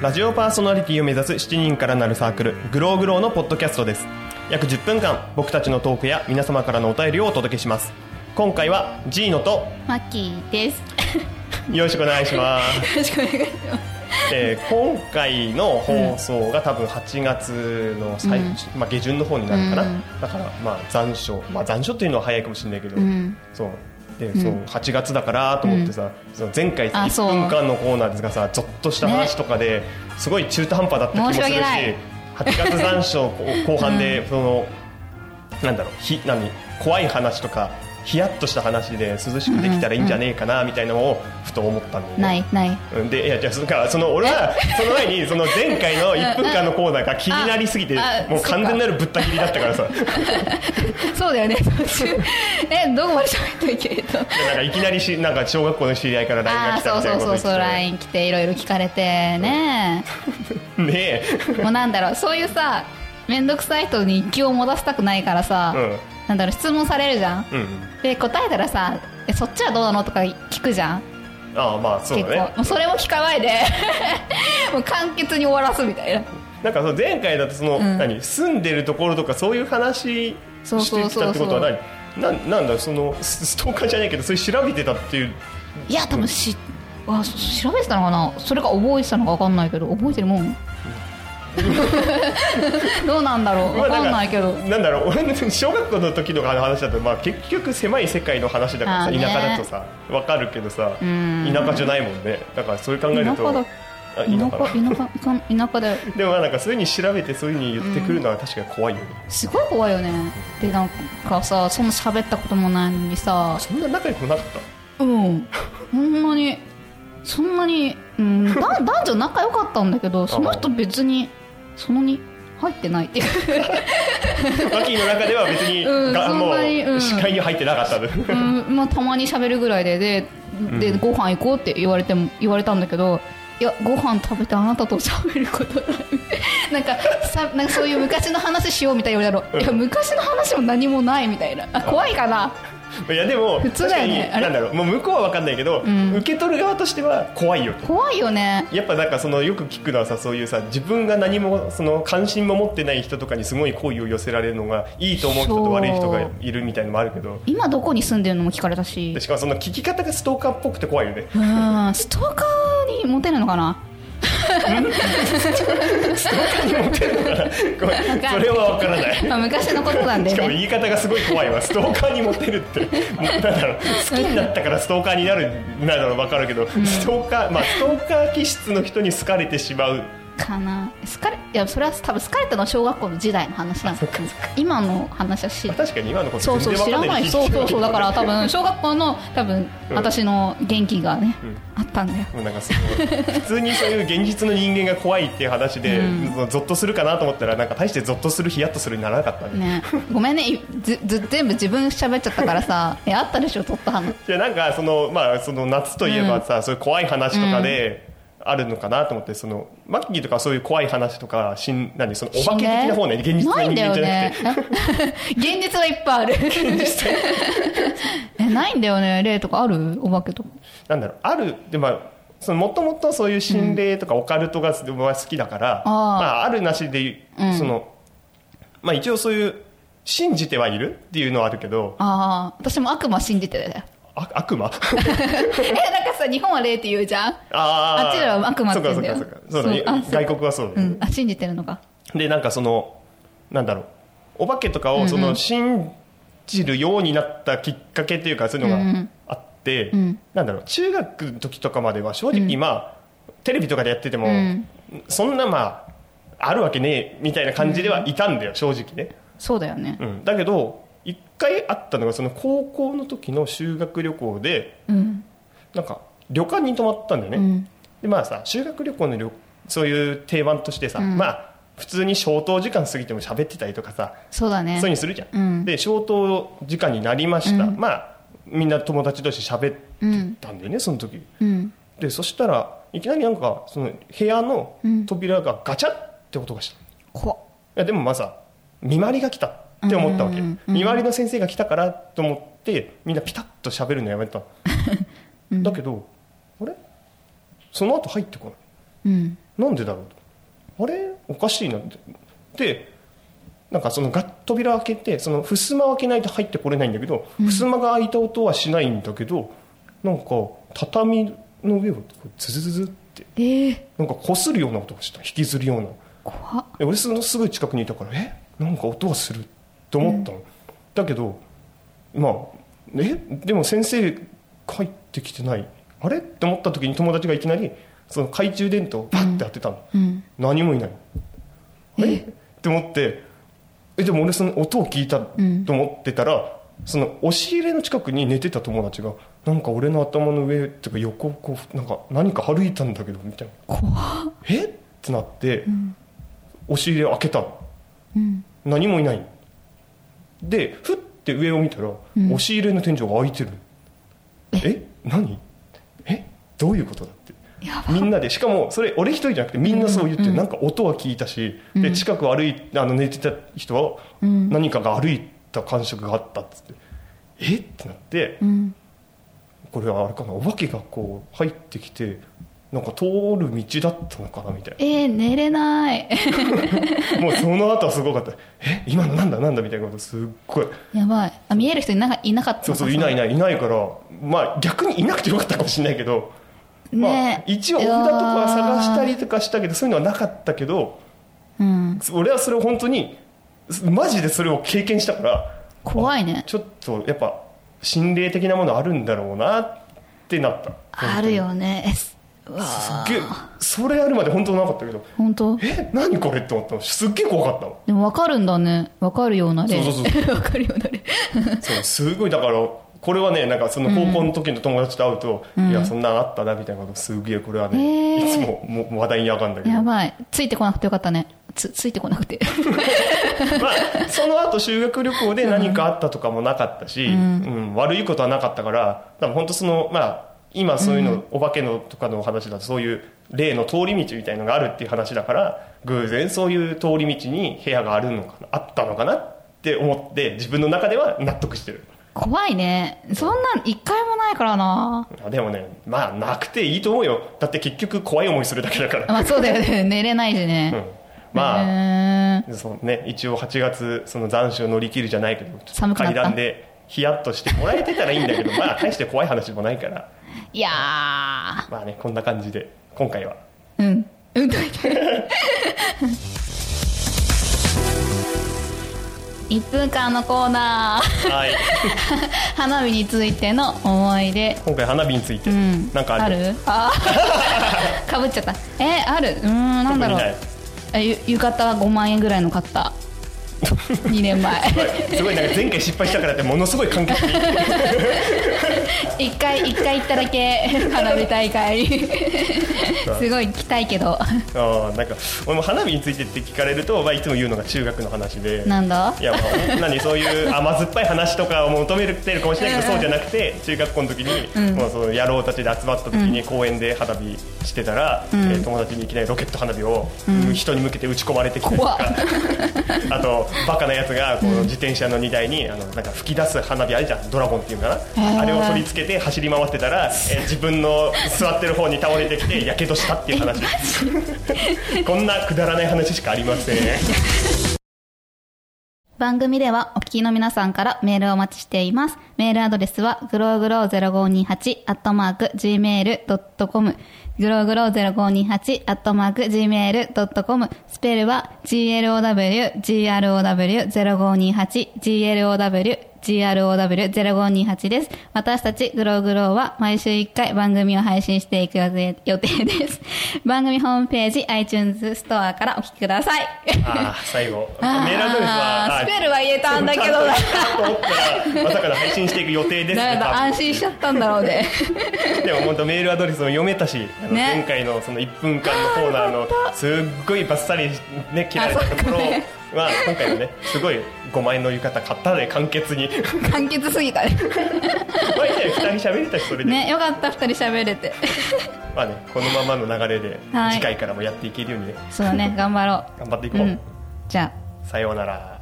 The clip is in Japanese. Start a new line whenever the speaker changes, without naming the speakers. ラジオパーソナリティを目指す7人からなるサークルグローグローのポッドキャストです約10分間僕たちのトークや皆様からのお便りをお届けします今回はジーノと
マッキーです。
よろしくお願いしま
よろしくお願いします。
す、えー今回の放送が多分8月の最、
うん
まあ、下旬の方になるかな、
うん
だからまあ残暑、まあ、残暑っていうのは早いかもしれないけど、
うん。
そうで、
ん
そう8月だからと思ってさ、その前回
あそう
1分間のコーナーですがさゾッとした話とかで、すごい中途半端だった気もする
申
し
し訳ない
8月残暑後後半で、そのなんだろうひ何怖い話とかヒヤッとした話で涼しくできたらいいんじゃねえかなみたいなのをふと思ったんだよね。
ないない。
うんでいやじゃあそのかその俺はその前にその前回の1分間のコーナーが気になりすぎて
ああ
もう
そっか
完全なるぶった切りだったから さ
そうだよ ね。途中えどこまで喋っといけと。
なんかいきなりしなんか小学校の知り合いから
あ
LINE が
あ
来た
そ
み
う
たい
そ
な
う
こと言
そう
って
そう LINE 来ていろいろ聞かれてね。
ね
もうなんだろうそういうさ面倒くさい人に一気を持たせたくないからさ、
うん
なんだろう質問されるじゃん。
え、うん、
で答えたらさえそっちはどうなのとか聞くじゃん。
ああまあそう
結
だ
構、
ね
もうそれも聞かないで もう簡潔に終わらすみたいな。
なんかその前回だとその、
ん
何住んでるところとかそういう話
そう
して
そうそう
き
そう
たってことは何なんなんだそのスストーカーじゃないけどそれ調べてたっていう
いや多分し、あそ調べてたのかなそれか覚えてたのか分かんないけど覚えてるも んどうなんだろう分
まあ
かん
か
ないけど、
なんだろう俺 の小学校の時とかの話だと、まあ、結局狭い世界の話だから
あ
さ
ー
田
ね
舎だとさわかるけどさ
ん
田舎じゃないもんねだからそういう考えると
田舎だ
あ
田舎
田舎だ
田舎か田舎で
でもまあなんかそういうふうに調べてそういうふうに言ってくるのは確かに怖いよね、
すごい怖いよねでなんかさそんな喋ったこともないのにさ
そんな仲良くなかった
うんほんまにそんなに、うん、だ男女仲良かったんだ けどその人別にそのに入ってないっていう
マキーの中では別に、
うん
が
そん
も
なにう
うん視界に入ってなか ったの
うんまあ、たまに喋るぐらいででで、ご飯行こうって言われても言われたんだけどいやご飯食べてあなたと喋ることない なんかさなんかそういう昔の話しようみたいな言われたの、いや昔の話も何もないみたいなあ怖いかない
やでも
普通だよね
確かになんだろうもう向こうは分かんないけど、
ん
受け取る側としては怖いよと
怖いよね
やっぱなんかそのよく聞くのはさそういうさ自分が何もその関心も持ってない人とかにすごい好意を寄せられるのがいいと思う人
そ
と
う
悪い人がいるみたいのもあるけど
今どこに住んでるのも聞かれたし
でしかもその聞き方がストーカーっぽくて怖いよね
うんストーカーにモテるの かな
ごめんそれは分からない
まあ昔のことなんで
しかも
ね
言い方がすごい怖いわストーカーにモテるってもうなんだろう好きになったからストーカーになるなんだろう分かるけど、ストーカーまあストーカー気質の人に好かれてしまう
かな好かれいやそれは多分好かれたのは小学校の時代の話なんです今の話はし
確かに今のこと
そう
全
そう
然分か
知
らんな
ないいそうそうそうだから 多分小学校の多分
うん
私の元気がね、あったんだよ
もうなんかその普通にそういう現実の人間が怖いっていう話で、ゾッとするかなと思ったらなんか大してゾッとするヒヤッとするにならなかったね
ねごめんねいずず全部自分喋っちゃったか らさえあったでしょ撮った話
いやなんかそのまあその夏といえばさ、そういう怖い話とかであるのかなと思ってそのマッキーとかそういう怖い話とかしん何そのお化け的な方ね現実の人
ないん
間じ
だ
ゃな
よ
くて、
ね 現実はいっぱいある えないんだよね例とかあるお化けとか
なんだろうあるでまあそのもともとそういう心霊とかオカルトが僕は好きだから、
あー
まあ、あるなしで、そのまあ一応そういう信じてはいるっていうのはあるけど
ああ私も悪魔信じ てたよ
あ悪 魔
えなんかさ日本は霊って言うじゃん
あー
あっちでは悪魔って言うんだよ
そうかそうかそうかそうだね
そうあそう
外国はそうだ
う
ね、
んあ信じてるのか
でなんかそのなんだろうお化けとかをその信じるようになったきっかけというかそういうの
うんう
が
ん
あって、
ん
なんだろう中学の時とかまでは正直今、テレビとかでやってても、
うん
そんなまああるわけねえみたいな感じではいたんだよ正直ね、
そうだよね
うん、だけど一回あったのがその高校の時の修学旅行で
うん
なんか旅館に泊まったんだよね、
うん
でまあさ修学旅行の旅そういう定番としてさ、
ん
まあ普通に消灯時間過ぎても喋ってたりとかさ
そうだね
そういうにするじゃん、
うん
で消灯時間になりました、
うん
まあみんな友達同士喋っ
うん
たんだよねその時
うん
でそしたらいきなりなんかその部屋の
うん
扉がガチャって音がした、い
怖っ
やでもまあさ見回りが来たって思ったわけ、
うんうんうん
見回りの先生が来たからと思ってみんなピタッと喋 るのやめた、だけどあれその後入ってこない
うん
なんでだろうとあれおかしいなってでなんかそのが扉開けてその襖を開けないと入ってこれないんだけど、襖が開いた音はしないんだけどなんか畳の上をこうズズズズって
えー、
なんか擦るような音がした引きずるような
怖っ
で俺そのすぐ近くにいたからえなんか音がすると思ったの、だけどまあえでも先生帰ってきてないあれって思った時に友達がいきなりその懐中電灯をパッて当てたの、
うん
何もいないあれって思ってえでも俺その音を聞いたと思ってたら、その押し入れの近くに寝てた友達がなんか俺の頭の上っていうか横をこうなんか何か歩いたんだけどみたいな
怖っ
えってなって、
ん
押し入れ開けたの
うん
何もいないでふって上を見たら、
ん
押し入れの天井が開いてるえ何えどういうことだって
や
みんなでしかもそれ俺一人じゃなくてみんなそう言ってる、なんか音は聞いたし、で近く歩いあの寝てた人は
うん
何かが歩いた感触があったっつって、えってなって
うん
これはあれかなお化けがこう入ってきてなんか通る道だったのかなみたいな
えー、寝れない。
もうその後はすごかった 「え今のなんだなんだ」みたいなことすっごい
やばい。あ、見える人いなかいなかったのか
そうそういないいないいないからまあ逆にいなくてよかったかもしれないけど、まあ
ね、え
一応札とかは探したりとかしたけどそういうのはなかったけど
うん。
俺はそれを本当にマジでそれを経験したから
怖いね。
ちょっとやっぱ心霊的なものあるんだろうなってなった
あるよね。えすうわ
す
ー
っげえそれあるまで本当なかったけど
本当
え何これって思ったのすっげえ怖かったの
でも分かるんだね。分かるような例。
そうそうそ
分かるような例。
そうすごいだからこれはねなんかその高校の時の友達と会うと、いやそんなんあったなみたいなことすげえこれはね、
へー
いつもももう話題に上がるんだけど
やばい。ついてこなくてよかったね。つ、ついてこなくて。
まあ、その後修学旅行で何かあったとかもなかったし、うん悪いことはなかったから多分本当そのまあ今そういうの、お化けのとかのお話だとそういう例の通り道みたいのがあるっていう話だから偶然そういう通り道に部屋があるのかなあったのかなって思って自分の中では納得してる
怖いね。そんなん一回もないからな。
あでもねまあなくていいと思うよだって結局怖い思いするだけだから、
まあそうだよね。寝れないし
うん
ね。、
まあ、
あ。
そうね、一応8月その残暑を乗り切るじゃないけど
寒くな
階
った
段でヒヤッとしてもらえてたらいいんだけどまあ大して怖い話もないから
いやー。
まあねこんな感じで今回は
うん。うんと言って。1分間のコーナー。
はい
花火についての思い出
今回花火について、
うん
なんかある
あーかぶっちゃったえーあるうーんなんだろうえゆ浴衣は5万円ぐらいの買った 2年前
特 にないはいすごいなんか前回失敗したからってものすごい感激に
1回1回行っただけ花火 大会すごい来たいけど
あーなんか俺も花火についてって聞かれると、まあ、いつも言うのが中学の話で
なんだ
いやまあ何そういう甘酸っぱい話とかを求めてるかもしれないけどそうじゃなくて中学校の時に、もうその野郎たちで集まった時に公園で花火してたら、えー友達にいきなりロケット花火を、人に向けて打ち込まれてきたりとか あとバカなやつがこう自転車の荷台にあのなんか吹き出す花火あれじゃんドラゴンっていうのか
へ
な
ー
あれを取り付けて走り回ってたら、えー自分の座ってる方に倒れてきてやけどしたっていう話こんなくだらない話しかありません。
番組ではお聞きの皆さんからメールをお待ちしています。メールアドレスは、グローグロー0528、アットマーク、gmail.com。グローグロー0528、アットマーク、gmail.com。スペルは、glow, grow, 0528、glow, GROW0528 です。私たちグローグローは毎週1回番組を配信していく予定予定です。 番組ホームページ、iTunes ストアからお聞きください。
あー最後
あー
メールアドレスは
スペルは言えたんだけど
な
な
と思ったらまさかの配信していく予定です
だ
ね
めだ安心しちゃったんだろうね
でも本当メールアドレスも読めたし、あの
ね
前回のその1分間のコーナーのすっごいバッサリね切られたところ
あそうね
は今回のねすごい5万円の浴衣買ったで簡潔 に
簡潔すぎた ね
毎回2人喋れたしそれで、
ねよかった二人喋 れて
まあねこのままの流れで
はい
次回からもやっていけるようにね
そうだね頑張ろう
頑張っていこう、
ん、じゃあ
さようなら